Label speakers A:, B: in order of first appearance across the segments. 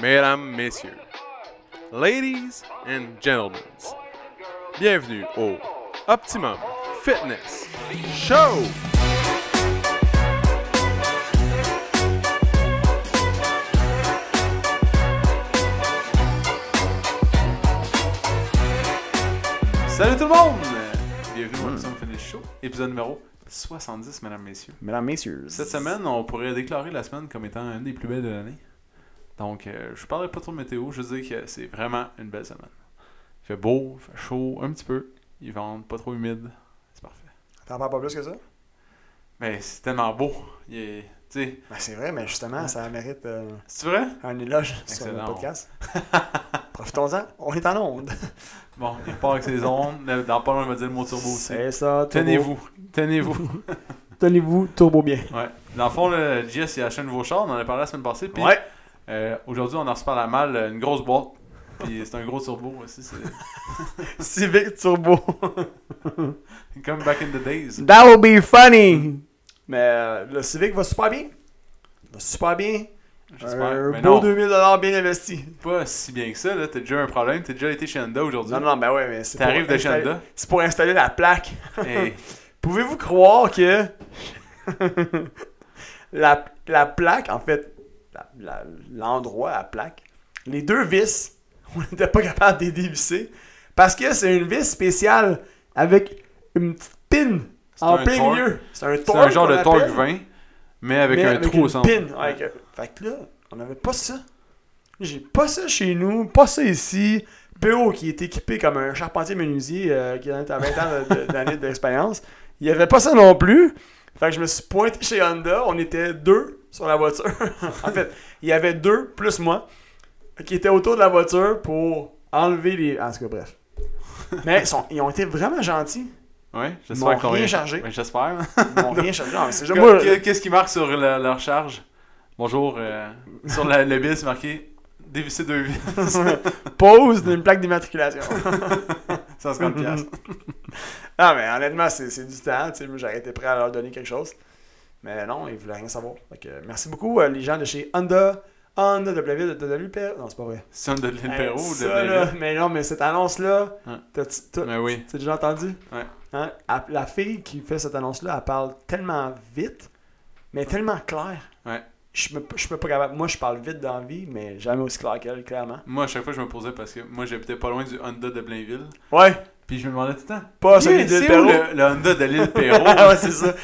A: mesdames, messieurs, ladies and gentlemen, bienvenue au Optimum Fitness Show! Salut tout le monde! Bienvenue au Optimum Fitness Show, épisode numéro 70, mesdames, messieurs.
B: Mesdames, messieurs.
A: Cette semaine, on pourrait déclarer la semaine comme étant une des plus belles de l'année. Donc, euh, je parlerai pas trop de météo, je dis que c'est vraiment une belle semaine. Il fait beau, il fait chaud, un petit peu. Il vente, pas trop humide. C'est parfait.
B: T'en parles pas plus que ça?
A: Mais c'est tellement beau. Il est- Tu sais,
B: Ben, c'est vrai, mais justement, ça mérite euh,
A: c'est vrai?
B: un éloge sur
A: Excellent.
B: le podcast. Profitons-en, on est en onde.
A: Bon, il part avec ses ondes. Là, Dans pas loin, il va dire le mot turbo aussi.
B: C'est ça, turbo.
A: Tenez-vous, tenez-vous.
B: Tenez-vous, turbo bien.
A: ouais. Dans le fond, là, Jess, il a acheté un nouveau char, on en a parlé la semaine passée. Puis
B: Ouais.
A: euh, aujourd'hui, on en reparle à mal, euh, une grosse boîte. Puis c'est un gros turbo aussi. C'est
B: Civic turbo.
A: comme back in the days.
B: That will be funny. Mais euh, le Civic va super bien. Il va super bien.
A: J'espère.
B: Un
A: Mais
B: beau
A: non.
B: 2000$ bien investi.
A: pas si bien que ça, là. T'as déjà eu un problème, t'as déjà été chez Honda aujourd'hui.
B: Non, non, ben ouais, mais c'est
A: T'arrives
B: pour
A: de
B: installer-
A: Shanda.
B: C'est pour installer la plaque.
A: Hey,
B: Pouvez-vous croire que la, la plaque, en fait, la- la- l'endroit, la, plaque, les deux vis, on n'était pas capable de les dévisser parce que c'est une vis spéciale avec une petite pin en
A: un
B: plein
A: torque.
B: milieu. C'est un
A: c'est
B: torque.
A: un genre
B: qu'on
A: de torque
B: appelle,
A: 20, mais avec
B: mais
A: un
B: avec
A: trou
B: une
A: au centre.
B: Pin. Ouais, que- Fait que là, on n'avait pas ça. J'ai pas ça chez nous, pas ça ici. PO qui est équipé comme un charpentier menuisier euh, qui a 20 ans de- de- d'années d'expérience. Il n'y avait pas ça non plus. Fait que je me suis pointé chez Honda. On était deux sur la voiture. en fait, il y avait deux plus moi qui étaient autour de la voiture pour enlever les. En tout cas, bref. Mais ils, sont- ils ont été vraiment gentils.
A: Ouais,
B: Ils m'ont
A: j'espère qu'on
B: rien
A: est-
B: chargé.
A: Ouais, j'espère.
B: Ils m'ont rien chargé. Non, mais c'est juste- moi,
A: Que- Qu'est-ce qui marque sur la- leur charge Bonjour. euh, sur la, le bill, c'est marqué dévisser deux vis,
B: pause d'une plaque d'immatriculation.
A: 150 piastres.
B: Non, Ah, mais honnêtement, c'est c'est du temps. tu sais, moi, J'aurais été prêt à leur donner quelque chose. Mais non, ils voulaient rien savoir. Fait que, euh, merci beaucoup, euh, les gens de chez Honda. Honda de Blainville, de WP. Non, c'est pas vrai.
A: C'est un de l'île
B: Hey,
A: Perrault ou de
B: ça,
A: Blainville?
B: là, Mais non, mais cette annonce-là,
A: Hein.
B: t'as-tu t'as-
A: Mais oui.
B: t'as déjà entendu?
A: Ouais.
B: Hein? Elle- La fille qui fait cette annonce-là, elle parle tellement vite, mais tellement clair.
A: Ouais.
B: Je suis même pas- je suis même pas capable. Moi, je parle vite dans la vie, mais jamais aussi clair qu'elle, clairement.
A: Moi, à chaque fois, je me posais parce que moi, j'habitais pas loin du Honda de Blainville.
B: Ouais,
A: Puis je me demandais tout le temps. Bien,
B: pas celui
A: c'est
B: Ah, de
A: où
B: Perrault.
A: le, le Honda de l'île Perrault
B: Ah ouais, c'est ça.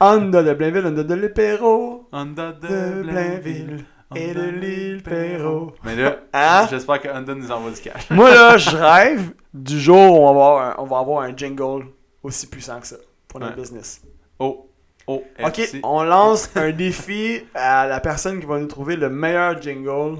B: Honda de Blainville, Honda de l'Épéro.
A: Honda de
B: de
A: Blainville.
B: Blainville et de l'île Perrault.
A: Mais là,
B: Hein?
A: j'espère que Honda nous envoie du cash.
B: Moi, là, je rêve du jour où on va avoir un, on va avoir un jingle aussi puissant que ça pour notre
A: Ouais.
B: business.
A: Oh, oh,
B: Ok,
A: FC.
B: on lance un défi à la personne qui va nous trouver le meilleur jingle.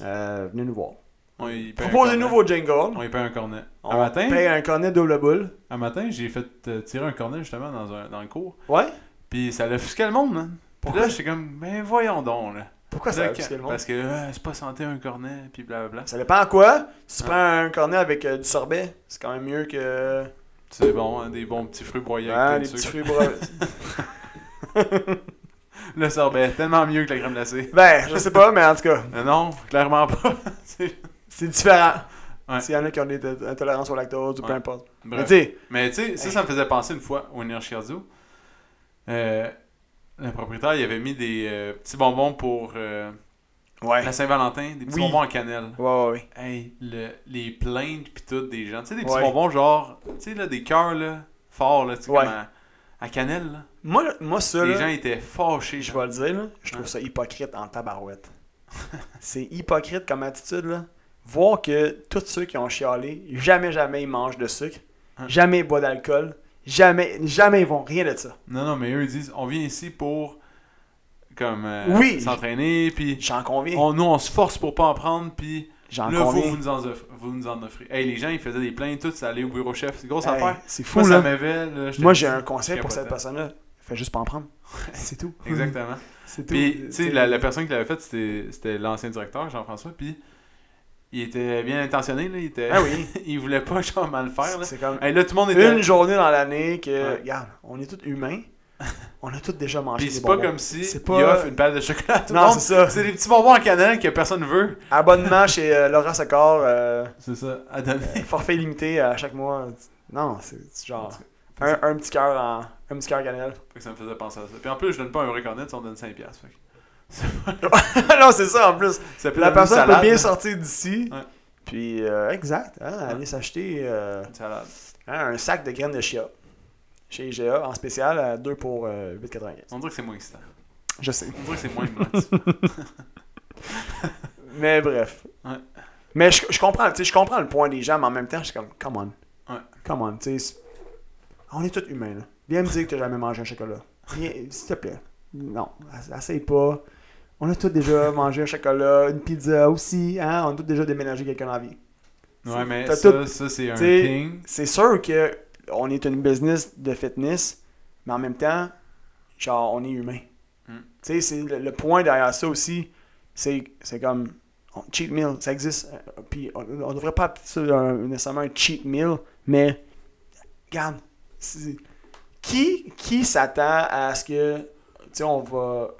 B: Euh, venez nous voir.
A: On y paye un
B: Proposez-nous
A: cornet.
B: vos jingles.
A: On y paye un cornet.
B: On
A: Un matin,
B: paye un cornet double boule.
A: un matin j'ai fait euh, tirer un cornet justement dans, un, dans le cours.
B: Ouais?
A: Puis ça l'offusquait le monde, man. Puis
B: Pourquoi?
A: là, j'étais comme, ben voyons donc, là.
B: Pourquoi ça
A: Là,
B: a offusqué le monde?
A: Parce que euh, c'est pas santé un cornet, puis blablabla.
B: Ça dépend à quoi. Si tu prends un cornet avec euh, du sorbet, c'est quand même mieux que...
A: C'est bon, hein, des bons petits fruits broyés avec
B: Ah,
A: plein de
B: les petits
A: sucre.
B: fruits bras-
A: Le sorbet, tellement mieux que la crème glacée.
B: ben, je sais pas, mais en tout cas,
A: Euh, non, clairement pas. C'est-
B: c'est différent.
A: Ouais.
B: S'il y en a qui ont des t- intolérances au lactose ou peu
A: Ouais.
B: importe. Mais
A: Bref.
B: tu sais,
A: Mais tu sais, ça, ça me faisait penser une fois au Energy Cardio. Euh, le propriétaire, il avait mis des euh, petits bonbons pour euh,
B: ouais.
A: la Saint-Valentin, des petits
B: Oui.
A: bonbons en cannelle.
B: Ouais, ouais, ouais.
A: Hey, le- les plaintes pis tout des gens. Tu sais, des petits
B: Ouais.
A: bonbons genre, tu sais, là, des cœurs, là, forts, là, tu sais,
B: Ouais.
A: comme à, à cannelle, là.
B: Moi, moi ça,
A: les
B: là,
A: gens étaient fâchés,
B: je
A: genre.
B: vais le dire, là, je trouve ça hypocrite en tabarouette. c'est hypocrite comme attitude. Là. Voir que tous ceux qui ont chialé, jamais, jamais ils mangent de sucre,
A: Hein.
B: jamais ils boivent d'alcool, jamais, jamais ils vont rien de ça.
A: Non, non, mais eux, ils disent, on vient ici pour, comme, euh,
B: Oui.
A: s'entraîner, puis
B: J'en conviens.
A: on, nous, on se force pour pas en prendre, puis
B: J'en
A: Là, vous,
B: conviens.
A: vous, nous en offrez, vous nous en offrez. Hey, les gens, ils faisaient des plaintes, tout, ça allait au bureau chef. C'est une grosse
B: Hey,
A: affaire.
B: c'est fou,
A: Moi, ça hein.
B: là.
A: m'avait. là, j'étais
B: Moi,
A: petit,
B: j'ai un conseil
A: je
B: pour cette
A: capotais.
B: personne-là. Fais juste pas en prendre. C'est tout.
A: Exactement.
B: C'est tout.
A: Puis, tu sais,
B: C'est-
A: la, la personne qui l'avait faite, c'était c'était l'ancien directeur, Jean-François. Puis, il était bien intentionné, là. Il, était...
B: Ah oui.
A: il voulait pas, genre, mal faire, là.
B: C'est comme
A: Hey, là, tout le monde était.
B: une journée dans l'année que,
A: Ouais.
B: regarde, on est tous humains. On a tous déjà mangé
A: Puis
B: des
A: c'est pas
B: bonbons.
A: comme si
B: C'est
A: il
B: pas-
A: offre une balle de chocolat à tout le
B: Non,
A: monde.
B: c'est ça.
A: C'est des petits bonbons en cannelle que personne veut.
B: Abonnement chez euh, Laura Secor, euh,
A: C'est ça, à donner.
B: forfait limité à chaque mois. Non, c'est c'est genre un, un petit cœur en un petit cœur cannelle.
A: Fait que ça me faisait penser à ça. Puis en plus, je donne pas un vrai cornet, on donne 5$. piastres, Fait que c'est pas-
B: non, c'est ça en plus.
A: ça peut
B: La
A: donner une
B: personne peut
A: salade,
B: bien
A: là.
B: sortir d'ici.
A: Ouais.
B: Puis euh, exact, hein, aller s'acheter euh,
A: Une salade.
B: hein, un sac de graines de chia chez IGA en spécial à 2 pour euh, 8,95.
A: On dirait que c'est moins excitant.
B: Je sais.
A: On dirait que c'est moins motivant.
B: Mais bref.
A: Ouais.
B: Mais je, je comprends, tu sais, je comprends le point des gens, mais en même temps, je suis comme, come on.
A: Ouais.
B: Come on, tu sais. c'est- On est tous humains, là. Viens me dire que t'as jamais mangé un chocolat. Viens, s'il te plaît. Non, ess- essaye pas. On a tous déjà mangé un chocolat, une pizza aussi, hein. On a tous déjà déménagé quelqu'un en vie.
A: Ouais, mais
B: T'as
A: ça,
B: tout-
A: ça c'est un
B: t'sais-
A: king.
B: C'est sûr que on est une business de fitness, mais en même temps, genre, on est humain.
A: Mm.
B: Tu sais, c'est le, le point derrière ça aussi, c'est c'est comme on- cheat meal, ça existe. euh, Puis on, on devrait pas appeler ça un- nécessairement un cheat meal, mais regarde, c'est- qui, qui s'attend à ce que, tu sais, on va,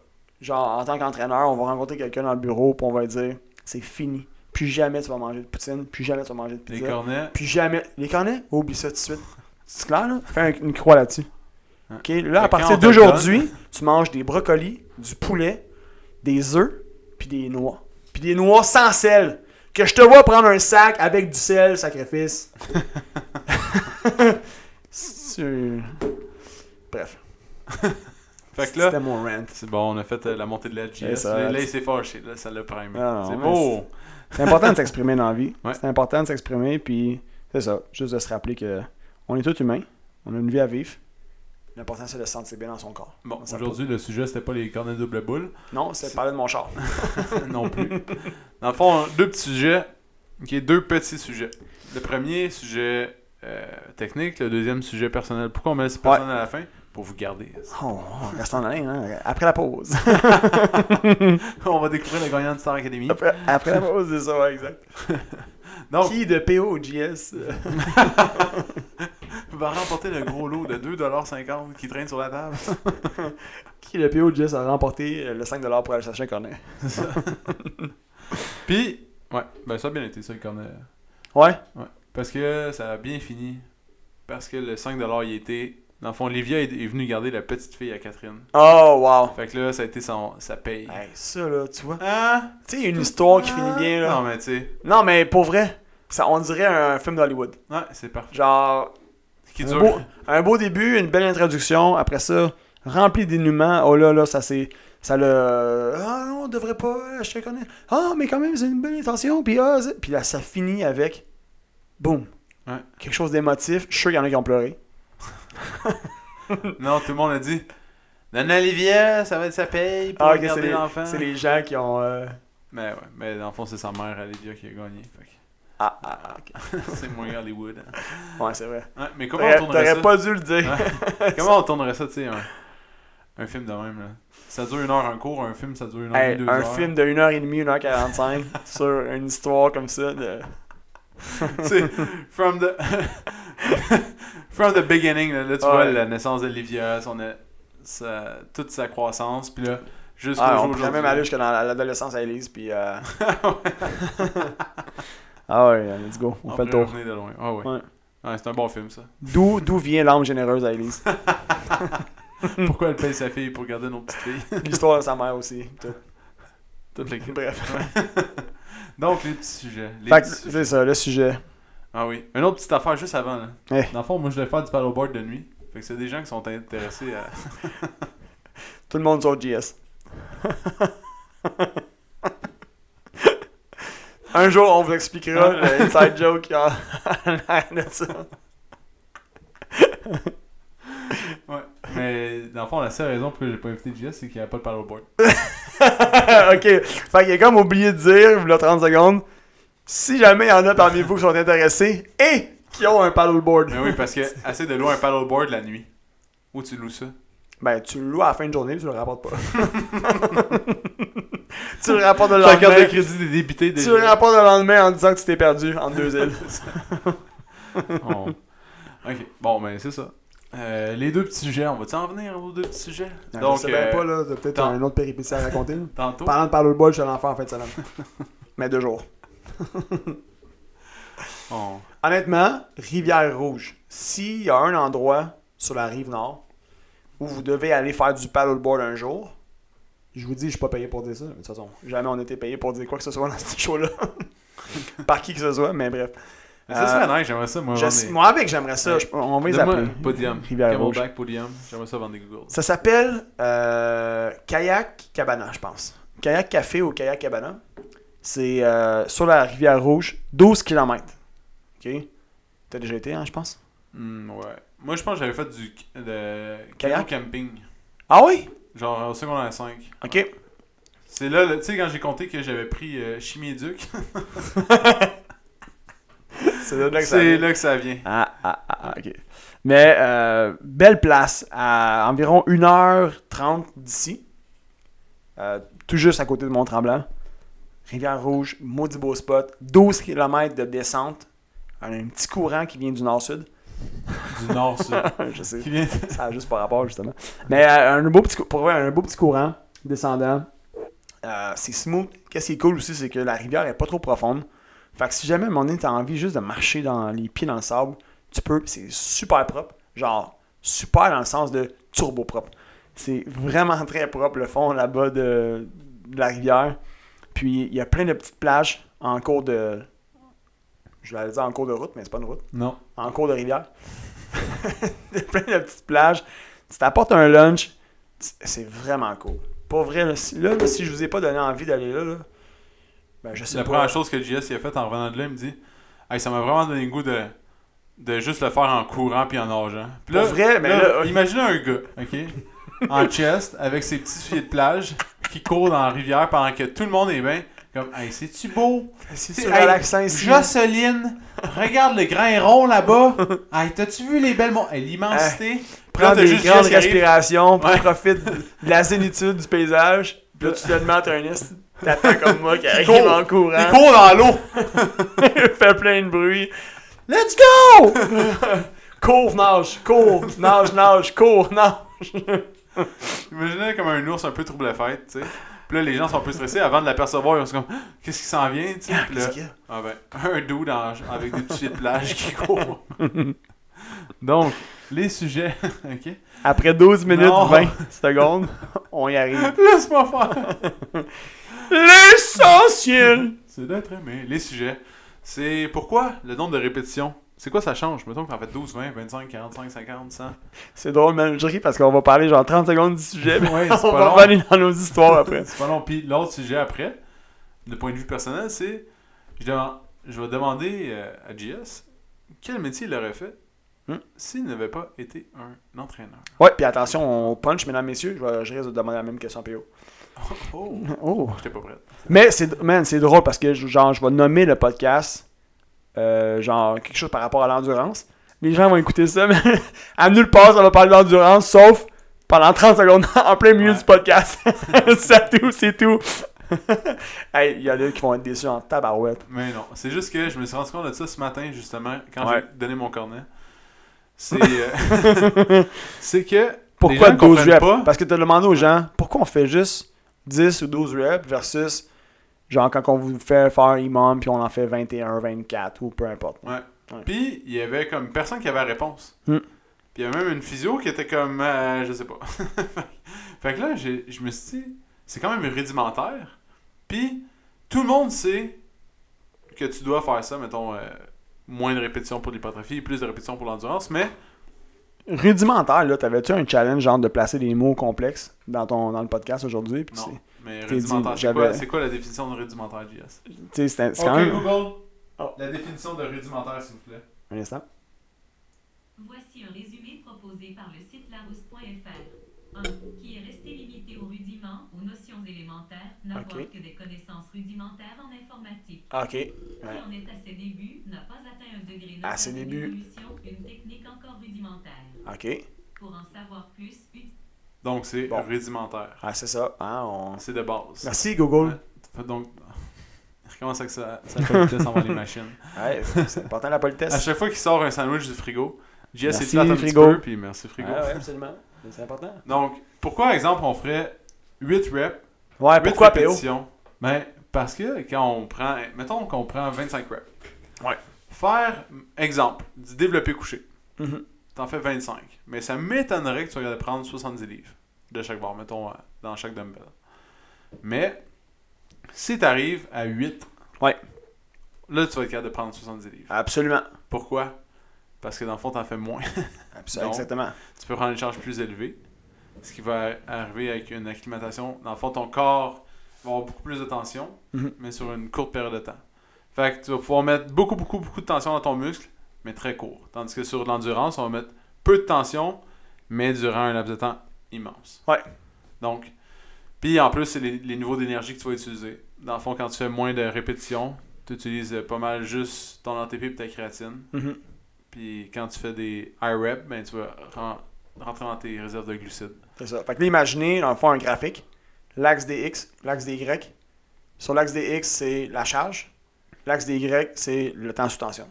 B: genre, en tant qu'entraîneur, on va rencontrer quelqu'un dans le bureau, puis on va lui dire, c'est fini, plus jamais tu vas manger de poutine, plus jamais tu vas manger de
A: Les
B: pizza.
A: cornets.
B: Puis jamais. Les cornets, oublie ça tout de suite. C'est clair, là? Fais un- une croix là-dessus.
A: Ouais.
B: OK? Là, à
A: Fait que quand
B: partir
A: on te
B: d'aujourd'hui, tu manges des brocolis, du poulet, des œufs, puis des noix. Puis des noix sans sel. Que je te vois prendre un sac avec du sel, sacrifice. C'est- Bref.
A: Fait que là,
B: C'était mon rant.
A: c'est bon, on a fait euh, la montée de la
B: Et
A: JS.
B: ça-
A: Là, là, il s'est fâché. Là, ça l'a prime.
B: Ah non,
A: C'est
B: mais
A: beau.
B: C'est important de s'exprimer dans la vie.
A: Ouais.
B: C'est important de s'exprimer, puis c'est ça. Juste de se rappeler que on est tous humains, on a une vie à vivre. L'important, c'est de se sentir bien dans son corps.
A: Bon,
B: Ça
A: aujourd'hui, le sujet, c'était pas les cornets double boule.
B: Non, c'est de parler de mon char.
A: non plus. Dans le fond, deux petits sujets. Ok, deux petits sujets. Le premier sujet euh, technique, le deuxième sujet personnel. Pourquoi on met ce personnel à la fin Pour vous garder.
B: Oh, on reste en ligne, hein? Après la pause.
A: on va découvrir le gagnant de Star Academy.
B: Après, après la pause, c'est ça, ouais, exact.
A: Donc,
B: Qui de PO ou JS euh,
A: va remporter le gros lot de 2,50$ qui traîne sur la table.
B: Qui de PO ou JS a remporté euh, le 5$ pour aller chercher un cornet
A: Puis, ouais, ben ça a bien été ça, le cornet.
B: Ouais.
A: Parce que ça a bien fini. Parce que le 5$ il était. Dans le fond, Livia est est venue garder la petite fille à Catherine.
B: Oh, wow.
A: Fait que là, ça a été son, sa paye.
B: Hey, ça, là, tu vois.
A: Hein?
B: Tu sais, il y a une histoire qui finit bien, là.
A: Non, mais tu sais.
B: Non, mais pour vrai, ça, on dirait un film d'Hollywood.
A: Ouais, c'est parfait.
B: Genre,
A: Qui
B: un
A: dure.
B: beau, un beau début, une belle introduction. Après ça, rempli d'énuments. Oh là là, ça c'est. Ça le. Ah non, on devrait pas acheter un cornet. Ah, mais quand même, c'est une bonne intention. Puis, ah, c'est- puis là, ça finit avec. Boum.
A: Ouais.
B: Quelque chose d'émotif. Je suis sûr qu'il y en a qui ont pleuré.
A: Non, tout le monde a dit. Donne à Livia, ça va être sa paye pour
B: Ah, ok, c'est
A: garder
B: les,
A: l'enfant.
B: c'est les gens qui ont. euh,
A: Mais ouais, mais dans le fond, c'est sa mère à Livia qui a gagné. Fait
B: Ah, ah, ah, ok.
A: que c'est moins Hollywood. hein.
B: Ouais, c'est vrai.
A: Ouais, mais comment on
B: T'aurais
A: tournerait ça
B: t'aurais pas dû le dire.
A: Ouais. Comment on tournerait ça, tu sais, un, un film de même là Ça dure une heure un cours, un film ça dure une heure et
B: Hey,
A: demie, deux
B: un
A: heures.
B: film de 1h30, 1h45 sur une histoire comme ça. de-
A: C'est from the from the beginning là, Là, tu
B: Ouais.
A: vois la naissance d'Olivia, son euh, sa- toute sa croissance, puis là jusqu'au
B: Ah,
A: jour
B: on pourrait
A: d'aujourd'hui.
B: même aller jusque dans la- l'adolescence à Elise, puis. euh, ah ouais, let's go, on,
A: On
B: fait le
A: pourrait
B: tour.
A: revenir de loin. Ah ouais.
B: Ouais.
A: Ouais, c'est un bon film ça.
B: D'où, d'où vient l'âme généreuse à Elise
A: Pourquoi elle paye sa fille pour garder nos petites filles
B: L'histoire de sa mère aussi. tout.
A: Toute l'équipe.
B: Bref.
A: Donc les petits sujets. les
B: Fait que
A: petits sujets.
B: c'est ça, le sujet.
A: Ah oui. Une autre petite affaire juste avant là.
B: Eh.
A: Dans le fond, moi je vais faire du paddleboard de nuit. Fait que c'est des gens qui sont intéressés à.
B: Tout le monde sur JS. Un jour, on vous expliquera le inside joke qu'il y a en arrière de ça.
A: Ouais. Mais dans le fond, la seule raison pour que j'ai pas invité JS, c'est qu'il n'y a pas de paddleboard.
B: ok. Fait qu'il a comme oublié de dire, il y a 30 secondes, si jamais il y en a parmi vous qui sont intéressés et qui ont un paddleboard,
A: Mais oui, parce que assez de louer un paddleboard la nuit. Où tu loues ça
B: ben tu le loues à la fin de journée, puis tu le rapportes pas. tu le rapportes le
A: La carte de
B: lendemain.
A: crédit des débités des.
B: Tu le rapportes le lendemain en disant que tu t'es perdu en deux îles.
A: Oh. Ok, bon, ben c'est ça. Euh, les deux petits sujets, on va-tu en venir aux deux petits sujets?
B: Non,
A: Donc,
B: je sais bien
A: euh,
B: Ah, pas, là, t'as peut-être
A: dans-
B: un autre péripétie à raconter. là.
A: tantôt,
B: Parlant de parler au bol, je suis à l'enfer en fin de semaine. Mais deux jours.
A: on-
B: Honnêtement, Rivière-Rouge, s'il y a un endroit sur la rive nord où vous devez aller faire du paddleboard un jour, je vous dis, je suis pas payé pour dire ça. mais De toute façon, jamais on était payé pour dire quoi que ce soit dans ce show-là. Par qui que ce soit, mais bref.
A: Mais ça
B: Euh,
A: serait nice, j'aimerais ça, moi,
B: Je-
A: vendre des-
B: Moi, avec, j'aimerais ça.
A: Ouais.
B: je- on va les
A: Donne-moi
B: appeler.
A: un Podium.
B: Rivière-Rouge.
A: Camelback, podium. J'aimerais ça vendre des Google.
B: Ça s'appelle euh, Kayak Cabana, je pense. Kayak Café ou Kayak Cabana. C'est euh, sur la rivière Rouge, 12 km. OK? T'as déjà été, hein, je pense?
A: Hmm, ouais. Moi, je pense que j'avais fait du de
B: Kayak?
A: kayak camping.
B: Ah oui?
A: Genre au secondaire 5.
B: OK.
A: C'est là, là, tu sais, quand j'ai compté que j'avais pris euh, Chimie Duc,
B: C'est là que ça
A: c'est
B: vient.
A: là que ça vient.
B: Ah, ah, ah, ah, OK. Mais euh, belle place, à environ 1h30 d'ici. Euh, tout juste à côté de Mont-Tremblant. Rivière-Rouge, maudit beau spot. 12 km de descente. On a un petit courant qui vient du nord-sud.
A: Du nord, ça.
B: Je sais.
A: Qui vient
B: Ça a juste par rapport, justement. Mais euh, un, beau petit, cou- pour vrai, un beau petit courant descendant. Euh, c'est smooth. Qu'est-ce qui est cool aussi, c'est que la rivière est pas trop profonde. Fait que si jamais à un moment donné, t'as envie juste de marcher dans les pieds dans le sable, tu peux. C'est super propre. Genre, super dans le sens de turbo propre. C'est vraiment très propre le fond là-bas de, de la rivière. Puis il y a plein de petites plages en cours de. Je vais dire en cours de route, mais c'est pas une route
A: Non.
B: en cours de rivière. Il y a plein de petites plages. Tu t'apportes un lunch. c- C'est vraiment cool. Pour vrai, là, si, là, là, si je vous ai pas donné envie d'aller là, là, ben je sais
A: La
B: pas.
A: première chose que JS il a faite en revenant de là, il me dit Hey, ça m'a vraiment donné le goût de, de juste le faire en courant puis en nageant. Puis
B: Pour vrai, mais là, ok.
A: imaginez un gars, OK, en chest, avec ses petits pieds de plage, qui court dans la rivière pendant que tout le monde est bien. Comme, hey, c'est-tu beau?
B: Si
A: T'sais,
B: c'est
A: hey,
B: relaxant ici.
A: Jocelyne, regarde le grain rond là-bas. Hey, t'as-tu vu les belles monts? Hey, L'immensité. Puis là,
B: Prends
A: t'as
B: des
A: juste
B: grandes
A: Jess qui arrive.
B: respirations, puis
A: Ouais.
B: profite de la zénitude du paysage. Puis Là, tu te demandes, t'as un est, t'attends comme moi qui arrive
A: court.
B: en
A: Il
B: courant,
A: court dans l'eau.
B: fait plein de bruit. Let's go! cours, nage, cours, nage, nage, cours, nage.
A: Imaginez comme un ours un peu trouble à fête, tu sais. Puis là, les gens sont un peu stressés. Avant de l'apercevoir, ils sont comme Qu'est-ce qui s'en vient, tu sais. Puis là,
B: Qu'est-ce qu'il y a?
A: ah ben, un dude en- avec des petits pieds de plage qui court. Donc, les sujets. ok.
B: Après 12 minutes
A: Non.
B: 20 secondes, on y arrive.
A: Laisse-moi faire.
B: L'essentiel!
A: C'est d'être aimé. Les sujets. C'est pourquoi le nombre de répétitions C'est quoi ça change Mettons que t'en fais 12, 20, 25, 45, 50, 100.
B: C'est drôle, man. Je ris parce qu'on va parler genre 30 secondes du sujet. mais
A: Ouais, c'est
B: Eh ben, on
A: pas
B: va
A: long.
B: revenir dans nos histoires après.
A: C'est pas long. Puis l'autre sujet après, de point de vue personnel, c'est je, deman- je vais demander euh, à JS quel métier il aurait fait
B: Hmm.
A: s'il n'avait pas été un entraîneur.
B: Ouais, puis attention, on punch, mesdames, messieurs. Je, vais- je risque de demander la même question à PO.
A: Oh, oh.
B: Oh!
A: j'étais pas prêt.
B: Mais c'est, man, c'est drôle parce que genre, je vais nommer le podcast, euh, genre quelque chose par rapport à l'endurance. Les gens vont écouter ça, mais à nulle part, ça va parler d'endurance, sauf pendant 30 secondes en plein milieu
A: Ouais.
B: du podcast. c'est tout, c'est tout. Hey, Il y en a qui vont être déçus en tabarouette.
A: Mais non, c'est juste que je me suis rendu compte de ça ce matin, justement, quand
B: Ouais.
A: j'ai donné mon cornet. C'est euh, c'est que.
B: Pourquoi
A: les gens
B: 12
A: comprennent
B: reps
A: pas.
B: Parce que tu as demandé aux gens pourquoi on fait juste 10 ou 12 reps versus genre quand on vous fait faire imam puis on en fait 21, 24 ou peu importe.
A: Ouais. Puis il y avait comme personne qui avait la réponse.
B: Hmm.
A: Puis il y avait même une physio qui était comme euh, je sais pas. fait que là j'ai- je me suis dit c'est quand même rudimentaire. Puis tout le monde sait que tu dois faire ça mettons euh, moins de répétitions pour l'hypertrophie, plus de répétitions pour l'endurance, mais
B: Rudimentaire, là, t'avais-tu un challenge genre de placer des mots complexes dans ton dans le podcast aujourd'hui? Puis
A: non.
B: c'est-
A: Mais
B: t'es
A: rudimentaire,
B: dit,
A: c'est quoi,
B: j'avais-
A: c'est quoi la définition de rudimentaire, JS?
B: tu sais, c'est c'est quand même.
A: Google,
B: Oh.
A: la définition de rudimentaire, s'il vous plaît.
B: Un instant.
C: Voici un résumé proposé par le site larousse.fr. 1. Qui est resté limité aux rudiments, aux notions élémentaires, n'avoir
B: Ok.
C: que des connaissances rudimentaires en informatique.
B: Ok.
C: Qui en est à ses débuts, n'a pas atteint un degré
B: À
C: notable
B: ses débuts.
C: d'évolution, une technique encore rudimentaire.
B: Ok.
C: Pour en savoir plus, utilisez
A: Donc c'est
B: Bon.
A: rudimentaire.
B: Ah, c'est ça. Ah, on-
A: C'est de base.
B: Merci, Google.
A: Fait Donc, il recommence avec sa, sa politesse envers les machines.
B: Ouais, c'est c'est important la
A: À
B: politesse.
A: chaque fois qu'il sort un sandwich du frigo, JS est
B: Merci,
A: plate un petit
B: frigo.
A: peu, puis merci frigo.
B: Ah ouais, absolument. Mais C'est important.
A: Donc, pourquoi, exemple, on ferait 8 reps, 8
B: Ouais, Ah, pourquoi PO
A: répétitions? Ben, parce que quand on prend, mettons qu'on prend 25 reps.
B: Ouais.
A: Faire, exemple, du développé couché.
B: Mhm.
A: T'en fais 25. Mais ça m'étonnerait que tu regardes prendre 70 livres de chaque barre, mettons, euh, dans chaque dumbbell. Mais, si t'arrives à 8,
B: Ouais.
A: là, tu vas être capable de prendre 70 livres.
B: Absolument.
A: Pourquoi? Parce que dans le fond, t'en fais moins.
B: Absolument.
A: Non.
B: Exactement.
A: tu peux prendre une charge plus élevée. Ce qui va arriver avec une acclimatation. Dans le fond, ton corps va avoir beaucoup plus de tension,
B: Mhm.
A: mais sur une courte période de temps. Fait que tu vas pouvoir mettre beaucoup, beaucoup, beaucoup de tension dans ton muscle, mais très court. Tandis que sur l'endurance, on va mettre peu de tension, mais durant un laps de temps immense.
B: Ouais.
A: Donc, puis en plus, c'est les, les niveaux d'énergie que tu vas utiliser. Dans le fond, quand tu fais moins de répétitions, tu utilises euh, pas mal juste ton ATP et ta créatine.
B: Mhm.
A: Puis quand tu fais des high reps, ben, tu vas ren- rentrer dans tes réserves de glucides.
B: C'est ça. Fait que là, imaginez, on fait un graphique. L'axe des X, l'axe des Y. Sur l'axe des X, c'est la charge. L'axe des Y, c'est le temps sous tension.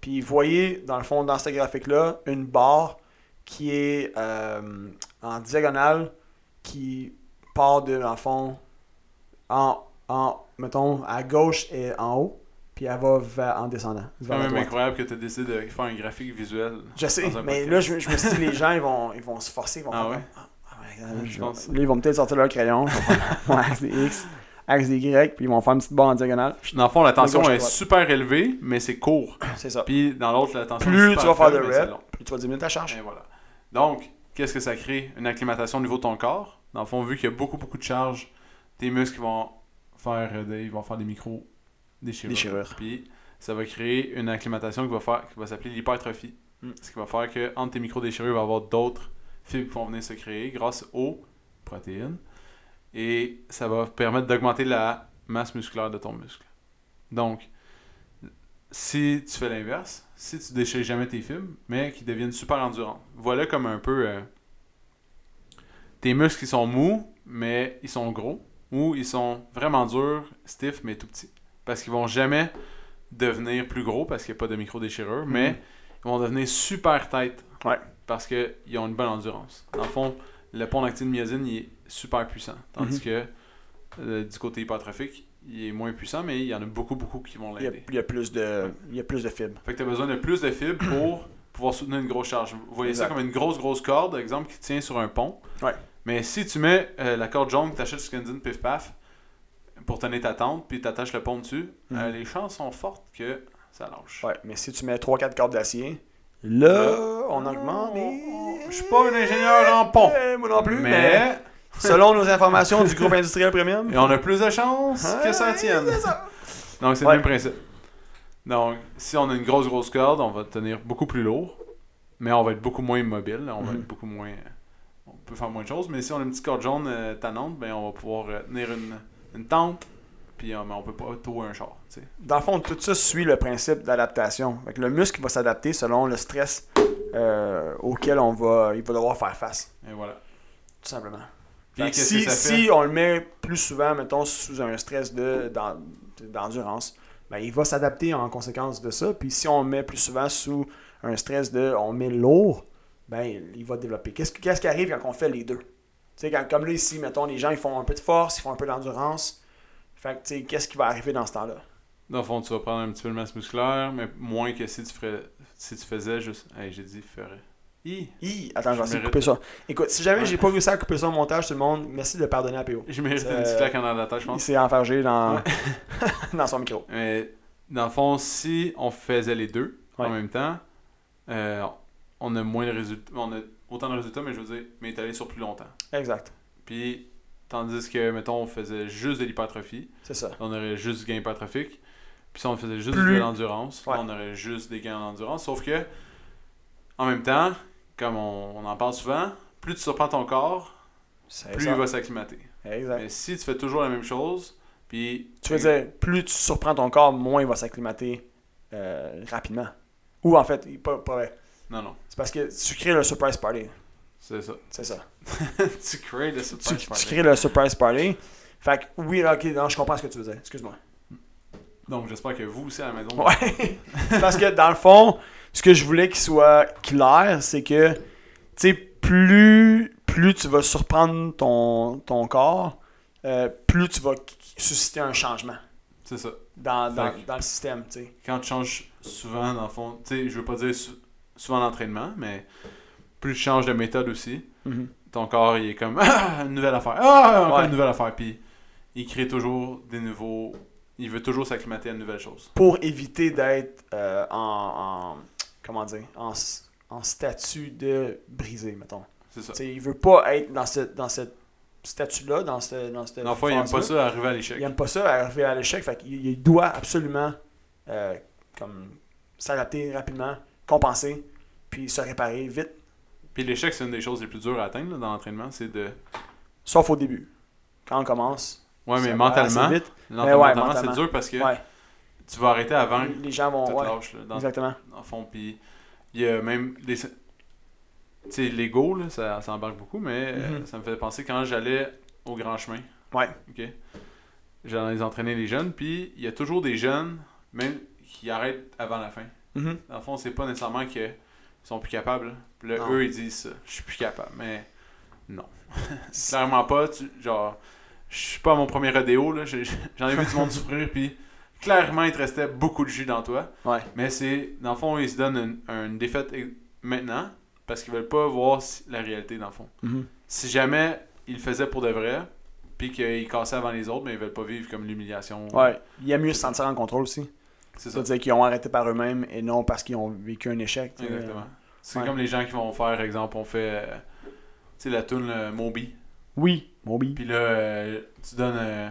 B: Puis vous voyez, dans le fond, dans ce graphique-là, une barre qui est euh, en diagonale, qui part de, dans le fond, en, en, mettons, à gauche et en haut, puis elle va vers- en descendant.
A: C'est
B: vers
A: quand
B: la
A: même
B: droite.
A: incroyable que tu décides de faire un graphique visuel.
B: Je sais,
A: dans un
B: mais
A: podcast.
B: là, je, me- je me suis dit, les gens, ils vont, ils vont se forcer. Ils vont
A: Ah
B: faire
A: ouais?
B: comme, Ah, ah ouais,
A: Ouais,
B: je
A: je
B: vais-
A: pense.
B: Là, ils vont peut-être sortir leur crayon. ils vont faire mon axe des X, axe des Y, puis ils vont faire une petite barre en diagonale.
A: Dans le fond, la tension
B: gauche,
A: est
B: droite.
A: super élevée, mais c'est court.
B: C'est ça.
A: Puis dans l'autre, la tension
B: Plus
A: est super
B: tu vas faire de
A: faible, mais c'est
B: reps,
A: long.
B: Puis tu vas diminuer ta charge.
A: Et voilà. Donc, qu'est-ce que ça crée Une acclimatation au niveau de ton corps. Dans le fond, vu qu'il y a beaucoup, beaucoup de charges, tes muscles vont faire des, ils vont faire des micro déchirures.
B: Déchirures.
A: Puis ça va créer une acclimatation qui va faire qui va s'appeler l'hypertrophie.
B: Mm.
A: Ce qui va faire que entre tes micro déchirures, il va y avoir d'autres fibres qui vont venir se créer grâce aux protéines et ça va permettre d'augmenter la masse musculaire de ton muscle. Donc si tu fais l'inverse, si tu déchires jamais tes fibres, mais qui deviennent super endurants. Voilà comme un peu euh, tes muscles qui sont mous, mais ils sont gros, ou ils sont vraiment durs, stiff, mais tout petits. Parce qu'ils vont jamais devenir plus gros parce qu'il n'y a pas de micro-déchirure, mais
B: Mhm.
A: ils vont devenir super têtes.
B: Ouais.
A: Parce qu'ils ont une bonne endurance. Dans le fond, le pont d'actine-myosine, il est super puissant. Tandis
B: Mhm.
A: que euh, du côté hypertrophique, il est moins puissant, mais il y en a beaucoup, beaucoup qui vont
B: Il y, a,
A: l'aider.
B: il y a plus de, il y a plus de fibres.
A: Fait que t'as besoin de plus de fibres pour pouvoir soutenir une grosse charge. Vous voyez ça
B: Exact.
A: comme une grosse, grosse corde, exemple, qui tient sur un pont.
B: Ouais.
A: Mais si tu mets euh, la corde jaune que t'achètes sur Canadian Pif Paf pour tenir ta tente, puis t'attaches le pont dessus,
B: Mhm.
A: euh, les chances sont fortes que ça lâche.
B: Ouais, mais si tu mets 3-4 cordes d'acier, là, on augmente.
A: on- on- Ah, je suis pas un ingénieur en pont.
B: Eh, Moi non plus, mais...
A: Mais
B: selon nos informations du groupe industriel premium,
A: et on a plus de chances que ça
B: Ah,
A: tienne.
B: c'est ça.
A: Donc, c'est
B: Ouais.
A: le même principe. Donc, si on a une grosse, grosse corde, on va tenir beaucoup plus lourd, mais on va être beaucoup moins immobile. On va
B: Mhm.
A: être beaucoup moins. On peut faire moins de choses, mais si on a une petite corde jaune euh, tannante, ben, on va pouvoir euh, tenir une, une tente, puis euh, mais on peut pas tour un char. tu sais.
B: Dans le fond, tout ça suit le principe d'adaptation. Fait que Le muscle va s'adapter selon le stress euh, auquel on va, il va devoir faire face,
A: Et voilà.
B: tout simplement.
A: Puis,
B: Fait que
A: qu'est-ce
B: si,
A: que ça fait
B: si on le met plus souvent, mettons, sous un stress de- d'en- d'endurance, ben, il va s'adapter en conséquence de ça. Puis si on le met plus souvent sous un stress de on le met lourd, ben, il va développer. Qu'est-ce, que- qu'est-ce qui arrive quand on fait les deux? Tu sais, quand- comme là ici, mettons, les gens ils font un peu de force, ils font un peu d'endurance. Fait que, tu sais, qu'est-ce qui va arriver dans ce temps-là?
A: Dans le fond, tu vas prendre un petit peu de masse musculaire, mais moins que si tu, ferais, si tu faisais juste. Hey, J'ai dit ferais. Hi!
B: Hi, attends, je vais essayer de
A: mérite.
B: couper ça. Écoute, si jamais
A: Ouais.
B: j'ai pas réussi à couper ça au montage, tout le monde, merci de le pardonner à PO.
A: Je mérite
B: Ça-
A: une petite claque en arrière de la tête, je pense.
B: Il s'est enfargé dans, dans son micro.
A: Mais Euh, dans le fond, si on faisait les deux en
B: Ouais.
A: même temps, euh, on a moins de résultats. On a autant de résultats, mais je veux dire, mais étalé sur plus longtemps.
B: Exact,
A: Puis, tandis que, mettons, on faisait juste de l'hypertrophie,
B: c'est ça.
A: on aurait juste du gain hypertrophique. Puis si on faisait juste
B: Plus-
A: de l'endurance,
B: Ouais.
A: on aurait juste des gains en endurance. Sauf que, en même temps, comme on, on en parle souvent, plus tu surprends ton corps,
B: C'est
A: plus
B: ça.
A: il va s'acclimater.
B: Exact.
A: Mais si tu fais toujours la même chose, puis...
B: Tu veux dire, plus tu surprends ton corps, moins il va s'acclimater euh, rapidement. Ou en fait, il- pas, pas vrai.
A: Non, non,
B: C'est parce que tu crées le surprise party.
A: c'est ça.
B: C'est ça.
A: tu crées le
B: Tu,
A: surprise
B: tu
A: party.
B: crées le surprise party. Fait que oui, ok, non, je comprends ce que tu veux dire. Excuse-moi.
A: Donc, j'espère que vous aussi à la maison.
B: Ouais. Parce que dans le fond, ce que je voulais qu'il soit clair, c'est que, tu sais, plus, plus tu vas surprendre ton, ton corps, euh, plus tu vas susciter un changement
A: C'est ça.
B: dans, dans,
A: Fait que-
B: dans le système, tu sais.
A: Quand tu changes souvent, dans le fond, tu sais, je veux pas dire sou- souvent l'entraînement, mais plus tu changes de méthode aussi, ton corps, il est comme Ah, une nouvelle affaire, ah, encore
B: Ouais.
A: une nouvelle affaire. Puis il crée toujours des nouveaux. Il veut toujours s'acclimater à une nouvelle chose.
B: Pour éviter d'être euh, en, en- comment dire, en, s- en statut de brisé, mettons.
A: C'est ça.
B: Tu sais, il veut pas être dans cette, dans cette statut-là, dans cette, dans cette
A: Dans le fond, il aime pas
B: phase-là.
A: ça arriver à
B: Il
A: l'échec.
B: aime pas ça, arriver à l'échec. Fait qu'il il doit absolument euh, comme s'adapter rapidement, compenser, puis se réparer vite,
A: Puis l'échec, c'est une des choses les plus dures à atteindre là, dans l'entraînement, c'est de.
B: sauf au début. Quand on commence,
A: Ouais,
B: ça
A: mais
B: va
A: mentalement,
B: assez vite.
A: l'entraînement,
B: Mais ouais,
A: mentalement,
B: mentalement.
A: c'est dur parce que
B: Ouais,
A: tu vas arrêter avant que
B: les gens
A: tu
B: vont.
A: te
B: ouais,
A: lâches, là, dans,
B: exactement.
A: dans le fond. Puis il y a même des. Tu sais, l'ego, là, ça, ça embarque beaucoup, mais euh,
B: Mhm.
A: ça me fait penser quand j'allais au grand chemin.
B: Ouais.
A: OK. J'allais entraîner les jeunes, puis il y a toujours des jeunes, même qui arrêtent avant la fin.
B: Mhm.
A: Dans le fond, c'est pas nécessairement qu'ils sont plus capables. là. Puis là,
B: Non.
A: eux, ils disent ça. Je suis plus capable. Mais non. Clairement pas. Tu, genre, je suis pas à mon premier rodéo. là. J'ai- J'en ai vu du monde souffrir. Puis clairement, il te restait beaucoup de jus dans toi.
B: Ouais.
A: Mais c'est. Dans le fond, ils se donnent une, une défaite e- maintenant parce qu'ils veulent pas voir si- la réalité, dans le fond.
B: Mhm.
A: Si jamais ils le faisaient pour de vrai, puis qu'ils cassaient avant les autres, mais ils veulent pas vivre comme l'humiliation.
B: Ouais. Il y a mieux se sentir en contrôle aussi.
A: C'est ça.
B: C'est-à-dire qu'ils ont arrêté par eux-mêmes et non parce qu'ils ont vécu un échec. tu sais.
A: Exactement. C'est euh,
B: ouais.
A: comme les gens qui vont faire, exemple, on fait euh, tu sais, la tune Moby.
B: Oui, Moby.
A: Puis là, euh, tu donnes euh,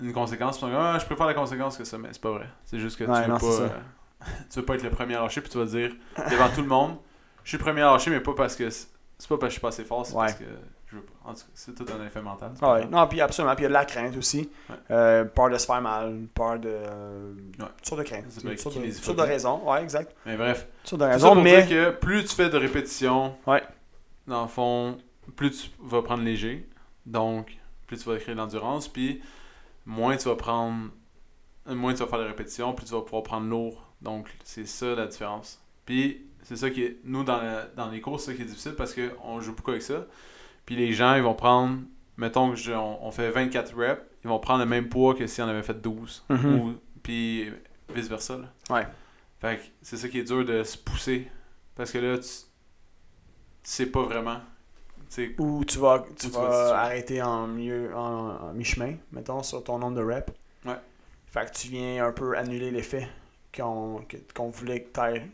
A: une conséquence. Puis on dit, ah, je préfère la conséquence que ça, mais c'est pas vrai. C'est juste que
B: Ouais,
A: tu, veux
B: non,
A: pas,
B: c'est ça.
A: euh, tu veux pas être le premier à lâcher. Puis tu vas dire devant tout le monde, je suis le premier à lâcher, mais pas parce que c'est c'est pas parce que je suis pas assez fort, c'est
B: Ouais.
A: parce que je veux pas. En tout cas, c'est tout un effet mental. c'est
B: Ah
A: pas
B: ouais.
A: grave.
B: Non, puis absolument. Puis il y a de la crainte aussi.
A: Ouais.
B: Euh, peur de se faire mal, peur de. euh, Toutes sortes de crainte.
A: Ça
B: Toutes
A: peut être
B: sortes de,
A: kinésiologie.
B: toutes sortes de raisons. Ouais, exact.
A: Mais bref,
B: Toutes sortes de
A: Tout ça
B: raisons,
A: pour
B: mais.
A: dire que plus tu fais de répétitions,
B: Ouais.
A: dans le fond, plus tu vas prendre léger. Donc, plus tu vas créer de l'endurance. Puis, moins tu vas prendre. euh, Moins tu vas faire de répétitions, plus tu vas pouvoir prendre lourd. Donc, c'est ça la différence. Puis, c'est ça qui est. Nous, dans, la- dans les courses, c'est ça qui est difficile parce qu'on joue beaucoup avec ça. Puis, les gens, ils vont prendre. Mettons que je- on, on fait 24 reps, ils vont prendre le même poids que si on avait fait 12.
B: Mhm.
A: Ou- puis, vice-versa. là.
B: Ouais.
A: Fait que c'est ça qui est dur de se pousser. Parce que là, tu, tu sais pas vraiment. Tu sais,
B: Ou tu vas, tu
A: Ou tu
B: vas
A: vas- tu vas-
B: arrêter en milieu en, en mi-chemin, mettons, sur ton nombre de reps.
A: Ouais.
B: Fait que tu viens un peu annuler l'effet qu'on que- qu'on voulait que tu ailles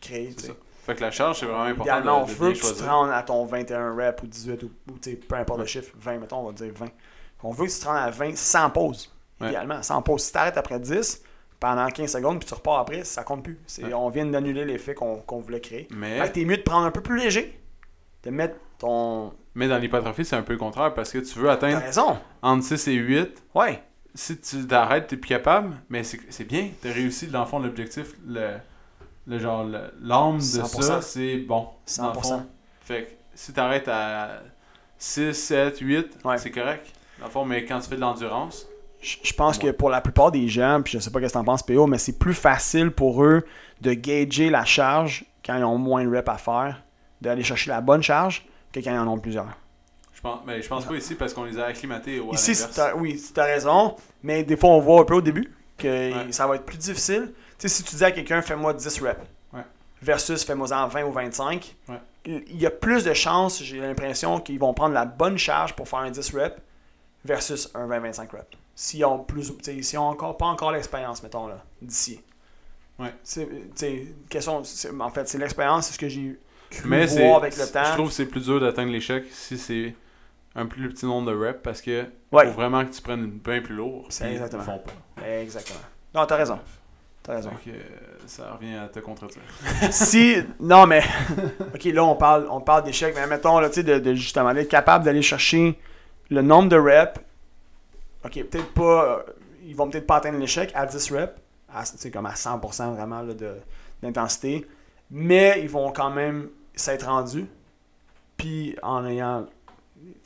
B: créer.
A: c'est
B: tu sais.
A: ça. Fait que la charge, c'est vraiment important
B: Idéalement, on
A: de, de
B: veut
A: bien
B: que tu te
A: choisir.
B: rendes à ton 21 reps ou 18 ou, ou tu sais, peu importe le
A: Ouais.
B: chiffre, 20, mettons, on va dire 20. On veut que tu te rendes à 20 sans pause.
A: Ouais.
B: Idéalement, sans pause. Si t'arrêtes après 10, pendant 15 secondes, puis tu repars après, ça compte plus. C'est-
A: Ouais.
B: On vient d'annuler l'effet qu'on qu'on voulait créer. Fait
A: Mais,
B: que t'es mieux de prendre un peu plus léger, de mettre ton.
A: mais dans l'hypertrophie, c'est un peu le contraire parce que tu veux
B: T'as
A: atteindre
B: raison.
A: entre 6 et 8.
B: Ouais.
A: Si tu t'arrêtes, t'es plus capable, mais c'est c'est bien. T'as réussi, dans le fond, l'objectif, le, le genre, le- l'âme de
B: 100%.
A: ça, c'est bon. Dans le
B: 100%.
A: fond. Fait que si t'arrêtes à 6, 7, 8,
B: Ouais.
A: c'est correct. Dans le fond, mais quand tu fais de l'endurance,
B: Je je pense que pour la plupart des gens, puis je sais pas qu'est-ce que t'en penses, PO, mais c'est plus facile pour eux de gager la charge quand ils ont moins de reps à faire, d'aller chercher la bonne charge que quand ils en ont plusieurs.
A: Je pense, mais je pense pas ici parce qu'on les a acclimatés au à
B: Ici,
A: l'inverse.
B: c'est un- oui, tu as raison, mais des fois, on voit un peu au début que
A: Ouais.
B: ça va être plus difficile. Tu sais, si tu dis à quelqu'un, fais-moi 10 reps,
A: Ouais.
B: versus fais-moi en 20 ou 25,
A: Ouais.
B: il il y a plus de chances, j'ai l'impression, qu'ils vont prendre la bonne charge pour faire un 10 reps versus un 20-25 reps. S'ils ont plus, tu sais, s'ils ont encore, pas encore l'expérience, mettons, là, d'ici.
A: Ouais.
B: C'est- tu sais, question, c'est- en fait, c'est l'expérience, c'est ce que j'ai cru
A: mais c'est,
B: voir avec le
A: c'est-
B: temps.
A: je trouve que c'est plus dur d'atteindre l'échec si c'est un plus petit nombre de reps parce que
B: Ouais.
A: faut vraiment que tu prennes une bien plus lourde.
B: C'est
A: puis
B: exactement.
A: Ils font pas.
B: Exactement. Non, t'as raison. T'as raison.
A: Donc, euh, ça revient à te contredire.
B: si non mais ok là on parle on parle d'échec mais mettons là tu sais de, de justement d'être capable d'aller chercher le nombre de reps ok peut-être pas euh, ils vont peut-être pas atteindre l'échec à 10 reps à, tu sais, comme à 100% vraiment là, de d'intensité mais ils vont quand même s'être rendus puis en ayant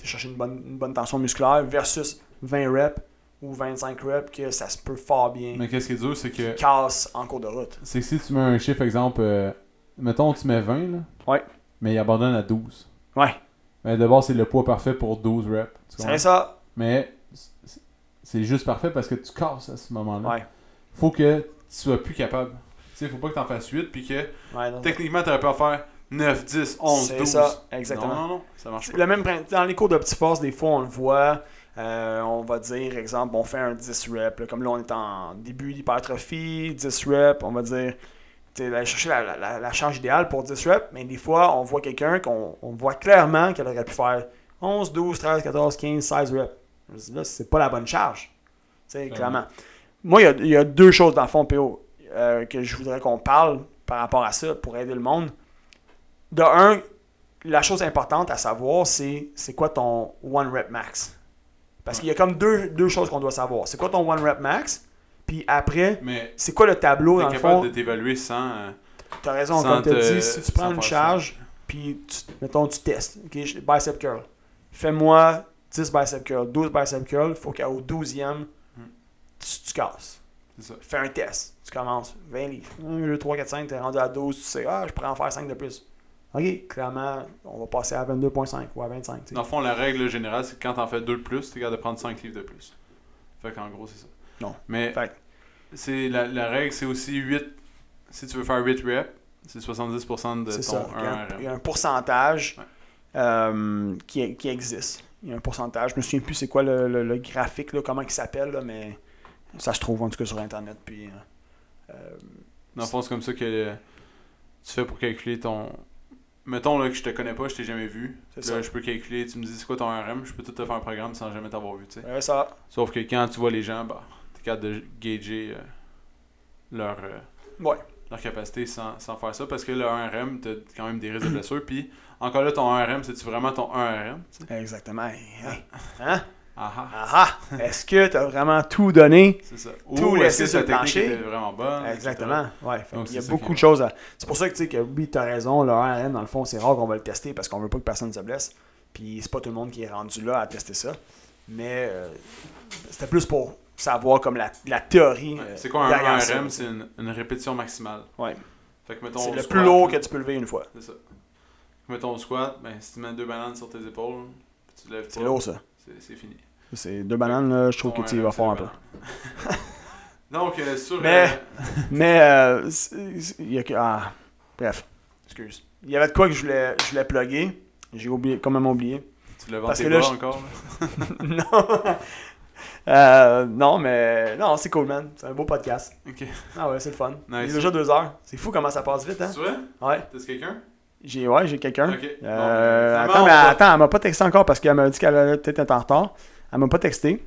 B: cherché une bonne, une bonne tension musculaire versus 20 reps ou 25 reps que ça se peut fort bien
A: Mais qu'est-ce qui est dur, c'est que
B: casse en cours de route.
A: c'est que si tu mets un chiffre, exemple, euh, mettons, tu mets 20, là,
B: Ouais.
A: mais il abandonne à 12.
B: Ouais.
A: Mais d'abord, c'est le poids parfait pour 12 reps. tu
B: C'est
A: comprends?
B: vrai ça?
A: Mais c'est- c'est juste parfait parce que tu casses à ce moment-là.
B: Ouais.
A: Faut que tu sois plus capable. Tu sais, faut pas que t'en fasses 8 puis que
B: Ouais, non.
A: techniquement, t'aurais pu en faire 9, 10, 11,
B: C'est
A: 12.
B: ça, exactement.
A: Non, non, non, ça marche
B: C'est
A: pas.
B: Le même principe. Dans les cours de petite force, des fois, on le voit. euh, on va dire, exemple, on fait un 10 reps. là, comme là, on est en début d'hypertrophie, 10 reps. On va dire, tu sais, aller chercher la, la- la- la charge idéale pour 10 reps. Mais des fois, on voit quelqu'un qu'on on voit clairement qu'elle aurait pu faire 11, 12, 13, 14, 15, 16 reps. Je me dis, Là, c'est pas la bonne charge. Tu sais, clairement.
A: Clairement.
B: Moi, il y a- il y, a deux choses dans le fond, PO, euh, que je voudrais qu'on parle par rapport à ça pour aider le monde. De un, la chose importante à savoir, c'est c'est quoi ton one rep max. Parce qu'il y a comme deux, deux choses qu'on doit savoir. C'est quoi ton one rep max? Puis après,
A: Mais
B: c'est quoi le tableau
A: t'es
B: dans le
A: capable
B: fond?
A: de t'évaluer sans. euh,
B: T'as raison,
A: sans
B: comme t'as
A: te-
B: dit, si tu prends
A: sans faire
B: une charge, puis tu- mettons, tu testes, ok, je- bicep curl. Fais-moi 10 bicep curl, 12 bicep curl, faut qu'au 12e,
A: Hmm.
B: tu, tu casses.
A: C'est ça.
B: Fais un test. Tu commences 20 livres. 1, 2, 3, 4, 5, t'es rendu à 12, tu sais, ah, je pourrais en faire 5 de plus. Ok, clairement, on va passer à 22,5 ou à 25. tu sais.
A: Dans le fond, la règle générale, c'est que quand t'en fais deux de plus, t'es capable de prendre 5 livres de plus. Fait qu'en gros, c'est ça.
B: Non.
A: Mais
B: Fait que-
A: c'est la, la règle, c'est aussi 8. Si tu veux faire 8 reps, c'est 70% de ton
B: C'est ça. Il y, a un,
A: 1
B: il y a un pourcentage
A: Ouais.
B: euh, qui, qui existe. Il y a un pourcentage. Je me souviens plus c'est quoi le, le- le graphique, là, comment il s'appelle, là, mais ça se trouve en tout cas sur Internet. Puis, euh, euh,
A: Dans le fond, c'est comme ça que euh, tu fais pour calculer ton. Mettons là, que je te connais pas, je t'ai jamais vu. Là,
B: C'est ça.
A: je peux calculer, tu me dis c'est quoi ton RM, je peux tout te faire un programme sans jamais t'avoir vu, tu sais.
B: ouais, ça,
A: Sauf que quand tu vois les gens, bah, t'es capable de gager euh, leur, euh,
B: ouais,
A: leur capacité sans, sans faire ça parce que le 1RM, t'as quand même des risques de blessure. Puis encore là, ton 1RM, c'est-tu vraiment ton 1RM tu sais?
B: exactement. Hey, hey. Hein?
A: Ah ah,
B: Ah ah! Est-ce que tu as vraiment tout donné?
A: c'est ça.
B: Tout
A: Ou
B: laisser
A: est-ce que
B: sur
A: ta
B: le
A: technique
B: plancher.
A: était vraiment bonne
B: Exactement. Ouais, fait
A: Donc,
B: qu'il y a
A: c'est ça
B: beaucoup
A: qui-
B: de choses à. C'est pour ça que tu sais que oui, tu as raison, le RM, dans le fond, c'est rare qu'on va le tester parce qu'on veut pas que personne se blesse. Puis c'est pas tout le monde qui est rendu là à tester ça. Mais euh, c'était plus pour savoir comme la, la théorie.
A: etc.
B: euh,
A: Ouais, C'est quoi un
B: derrière
A: 1RM
B: ça.
A: C'est une, une répétition maximale.
B: Ouais.
A: Fait que mettons.
B: C'est
A: au
B: le
A: squat,
B: plus lourd que tu peux lever une fois.
A: C'est ça. Mettons au squat, ben, si tu mets deux bananes sur tes épaules, puis tu te lèves
B: C'est
A: pas,
B: lourd ça.
A: c'est- c'est fini.
B: C'est deux bananes, là, je trouve
A: Ton
B: que tu y
A: 1RM,
B: vas
A: c'est
B: fort un
A: deux
B: peu.
A: bananes. Donc, euh, sur.
B: Mais-
A: euh,
B: Mais euh, c'est- c'est- il y a que. Ah, bref. Excuse. Il y avait de quoi que je voulais, je voulais plugger. J'ai oublié, quand même oublié.
A: Tu lèves
B: Parce
A: tes
B: que là,
A: bras
B: je-
A: encore. là?
B: non. Euh, non, mais non, c'est cool, man. C'est un beau podcast.
A: Ok.
B: Ah ouais, c'est le fun. Il
A: Nice.
B: est déjà deux heures. C'est fou comment ça passe vite, hein?
A: C'est vrai
B: Ouais.
A: T'es quelqu'un
B: J'ai ouais, j'ai quelqu'un.
A: Ok. Bon,
B: Hein? Euh,
A: ben,
B: attends,
A: finalement,
B: mais
A: on va-
B: attends, elle m'a pas texté encore parce qu'elle m'a dit qu'elle allait peut-être être en retard. Elle m'a pas texté.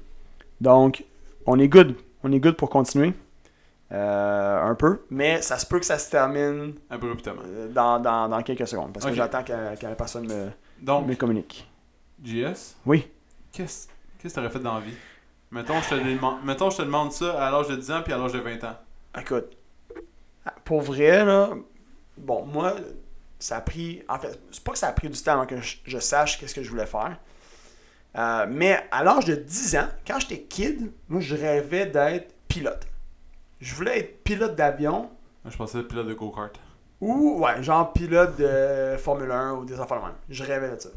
B: Donc, on est good. On est good pour continuer. Euh, un peu. Mais ça se peut que ça se termine
A: Abruptement.
B: euh, dans, dans, dans quelques secondes. Parce
A: Ok.
B: que j'attends que, que la personne me, me
A: Donc,
B: communique.
A: JS,
B: Oui.
A: qu'est-ce qu'est-ce que t'aurais fait dans la vie Mettons, je te demande, mettons, je te demande ça à l'âge de 10 ans puis à l'âge de 20 ans.
B: Écoute, pour vrai, là, bon, moi, ça a pris. En fait, c'est pas que ça a pris du temps avant que je, je sache qu'est-ce que je voulais faire. Euh, mais à l'âge de 10 ans, quand j'étais kid, moi, je rêvais d'être pilote. Je voulais être pilote d'avion
A: Moi, Je pensais pilote de go-kart.
B: ou, ouais, genre pilote de Formule 1 ou des affaires de même. Je rêvais de ça.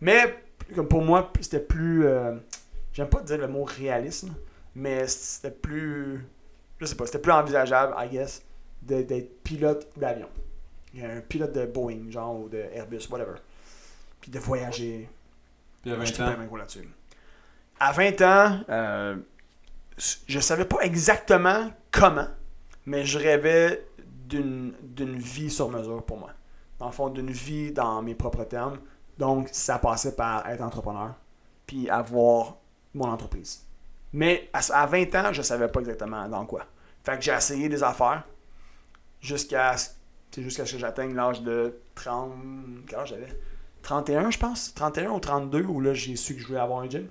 B: Mais, comme pour moi, c'était plus. euh, J'aime pas dire le mot réalisme, mais c'était plus. Je sais pas, c'était plus envisageable, I guess, de- d'être pilote d'avion. Un pilote de Boeing, genre, ou de Airbus, whatever. Puis de voyager.
A: Puis à
B: Je
A: 20
B: trippais
A: ans,
B: bien gros là-dessus. À 20 ans, euh, je savais pas exactement comment, mais je rêvais d'une d'une vie sur mesure pour moi. Dans le fond, d'une vie dans mes propres termes. Donc, ça passait par être entrepreneur, puis avoir mon entreprise. Mais à, à 20 ans, je savais pas exactement dans quoi. Fait que j'ai essayé des affaires jusqu'à ce- c'est jusqu'à ce que j'atteigne l'âge de 30. Quel âge j'avais 31, je pense. 31 ou 32, où là, j'ai su que je voulais avoir un gym.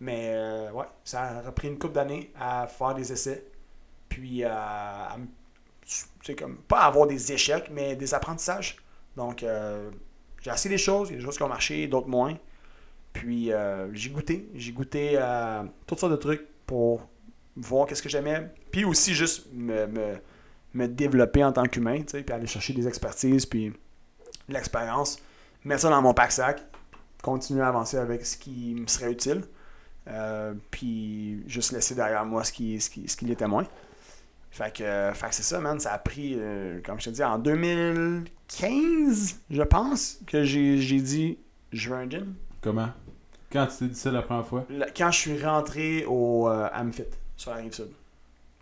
B: Mais euh, ouais, ça a repris une couple d'années à faire des essais. Puis euh, à, à me- tu sais, comme, pas avoir des échecs, mais des apprentissages. Donc, euh, j'ai essayé des choses. Il y a des choses qui ont marché, d'autres moins. Puis euh, j'ai goûté. J'ai goûté à euh, toutes sortes de trucs pour voir qu'est-ce que j'aimais. Puis aussi juste me, me, me développer en tant qu'humain, tu sais, puis aller chercher des expertises, puis de l'expérience, mettre ça dans mon pack-sac, continuer à avancer avec ce qui me serait utile, euh, puis juste laisser derrière moi ce qui, ce qui, ce qui l'était moins. Fait que, euh, fait que c'est ça, man. Ça a pris, euh, comme je te dis, en 2015, je pense, que j'ai j'ai dit je veux un gym.
A: Comment Quand tu t'es dit ça la première fois
B: Là, quand je suis rentré au euh, Amfit, sur la rive sud.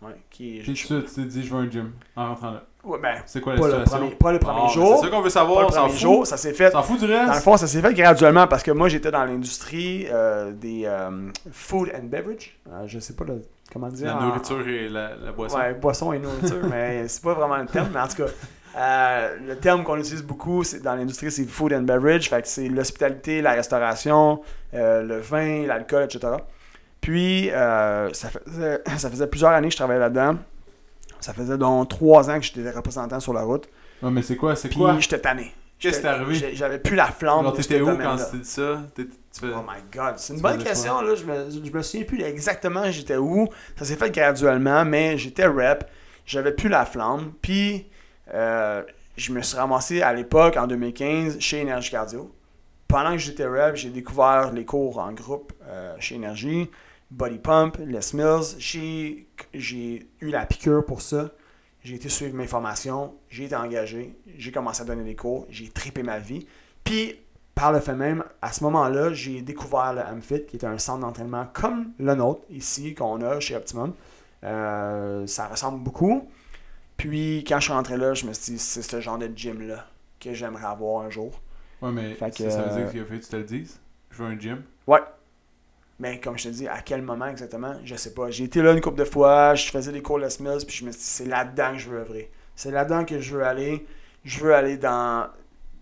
B: Ouais, qui est.
A: Puis
B: je-
A: tu tu t'es dit, je veux un gym en rentrant là.
B: Ouais, ben,
A: C'est quoi la
B: pas le
A: situation
B: premier, pas le premier
A: Ah, mais
B: jour.
A: C'est ça qu'on veut
B: pas
A: savoir,
B: le
A: on s'en
B: premier
A: fout.
B: jour, ça s'est fait.
A: On s'en fout du
B: Dans le
A: reste.
B: fond, ça s'est fait graduellement parce que moi, j'étais dans l'industrie euh, des euh, food and beverage. Euh, je sais pas le- comment dire.
A: La
B: en-
A: nourriture et la, la boisson.
B: Ouais, boisson et nourriture, mais c'est pas vraiment le terme. Mais en tout cas, euh, le terme qu'on utilise beaucoup c'est- dans l'industrie, c'est food and beverage. Fait que c'est l'hospitalité, la restauration, euh, le vin, l'alcool, etc. Puis, euh, ça, faisait, ça faisait plusieurs années que je travaillais là-dedans. Ça faisait donc trois ans que j'étais représentant sur la route.
A: Ouais, mais c'est quoi C'est
B: Puis,
A: quoi
B: j'étais tanné.
A: Qu'est-ce qui
B: J'étais-
A: t'est arrivé?
B: j'ai- J'avais plus la flamme.
A: Alors,
B: de
A: t'étais
B: ce
A: où quand
B: domaine-là.
A: tu t'es dit ça T'étais- tu fais-
B: Oh my god, c'est une
A: Tu
B: bonne
A: faisais quoi?
B: question. Là. Je, me, je me souviens plus exactement j'étais où. Ça s'est fait graduellement, mais j'étais rep. J'avais plus la flamme. Puis, euh, je me suis ramassé à l'époque, en 2015, chez Énergie Cardio. Pendant que j'étais rep, j'ai découvert les cours en groupe euh, chez Énergie, Body Pump, Les Mills. J'ai j'ai eu la piqûre pour ça. J'ai été suivre mes formations, j'ai été engagé, j'ai commencé à donner des cours, j'ai tripé ma vie. Puis, par le fait même, à ce moment-là, j'ai découvert le Amfit, qui est un centre d'entraînement comme le nôtre, ici, qu'on a chez Optimum. Euh, ça ressemble beaucoup. Puis, quand je suis rentré là, je me suis dit, c'est ce genre de gym-là que j'aimerais avoir un jour.
A: Ouais, mais
B: Fait
A: ça,
B: que,
A: ça veut dire
B: euh,
A: qu'il a fallu que tu te le dises. Je veux un gym.
B: Ouais. Mais comme je te dis, à quel moment exactement, je sais pas. J'ai été là une couple de fois, je faisais des cours de Mills, puis je me suis dit, c'est là-dedans que je veux œuvrer. C'est là-dedans que je veux aller. Je veux aller dans,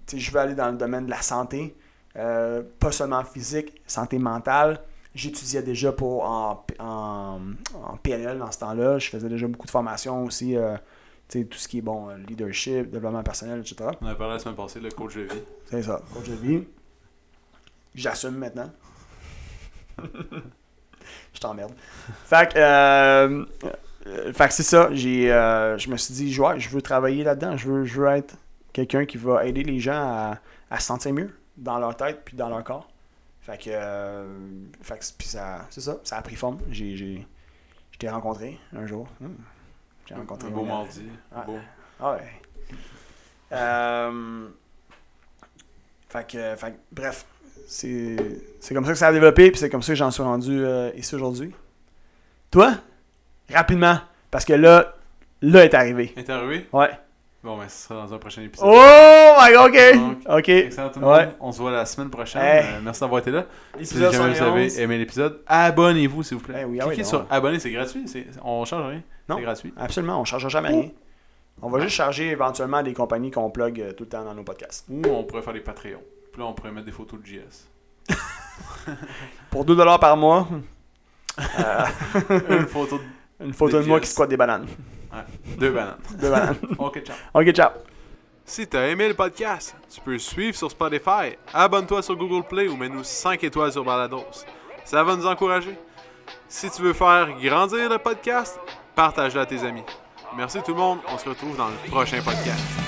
B: tu sais, je veux aller dans le domaine de la santé, euh, pas seulement physique, santé mentale. J'étudiais déjà pour en, en, en PNL dans ce temps-là. Je faisais déjà beaucoup de formations aussi, euh, tu sais, tout ce qui est bon, euh, leadership, développement personnel, etc.
A: On a parlé la semaine passée, le coach de vie.
B: C'est ça. Coach de vie. J'assume maintenant. je t'emmerde. Fait que, euh, euh, fait que c'est ça. J'ai, euh, je me suis dit, ouais, je veux travailler là-dedans. Je veux, je veux être quelqu'un qui va aider les gens à, à se sentir mieux dans leur tête puis dans leur corps. Fait que, euh, fait que c'est- puis ça, c'est ça. Ça a pris forme. J'ai, j'ai, je t'ai rencontré un jour. Hmm. J'ai
A: Un
B: rencontré
A: beau
B: Lionel.
A: mardi.
B: Ouais.
A: Beau.
B: Ah Ouais. Euh, Fait que, fait que, bref, c'est c'est comme ça que ça a développé, puis c'est comme ça que j'en suis rendu euh, ici aujourd'hui. Toi, rapidement, parce que là, là est arrivé.
A: Est arrivé
B: Ouais.
A: Bon, ben, ce sera dans un prochain épisode.
B: Oh my god, ok! Ok.
A: Excellent tout le monde.
B: Ouais.
A: On se voit la semaine prochaine.
B: Hey.
A: Euh, merci d'avoir été là. Si
B: Épisode
A: jamais vous avez
B: 111.
A: aimé l'épisode, abonnez-vous s'il vous plaît.
B: Eh oui, ah oui,
A: Cliquez
B: non.
A: sur abonner, c'est gratuit. c'est- On change rien.
B: Non.
A: C'est gratuit.
B: Absolument, on ne chargera jamais rien. On va juste charger éventuellement des compagnies qu'on plug euh, tout le temps dans nos podcasts.
A: Ou on pourrait faire des Patreons. Puis là, on pourrait mettre des photos de JS.
B: Pour 2$ par mois, euh,
A: Une photo de
B: une photo de moi qui
A: Yes.
B: squatte des bananes.
A: deux bananes.
B: Deux bananes.
A: Ok, ciao.
B: Ok, ciao!
A: Si t'as aimé le podcast, tu peux le suivre sur Spotify, abonne-toi sur Google Play ou mets-nous 5 étoiles sur Balados. Ça va nous encourager. Si tu veux faire grandir le podcast, partage-le à tes amis. Merci tout le monde, on se retrouve dans le prochain podcast.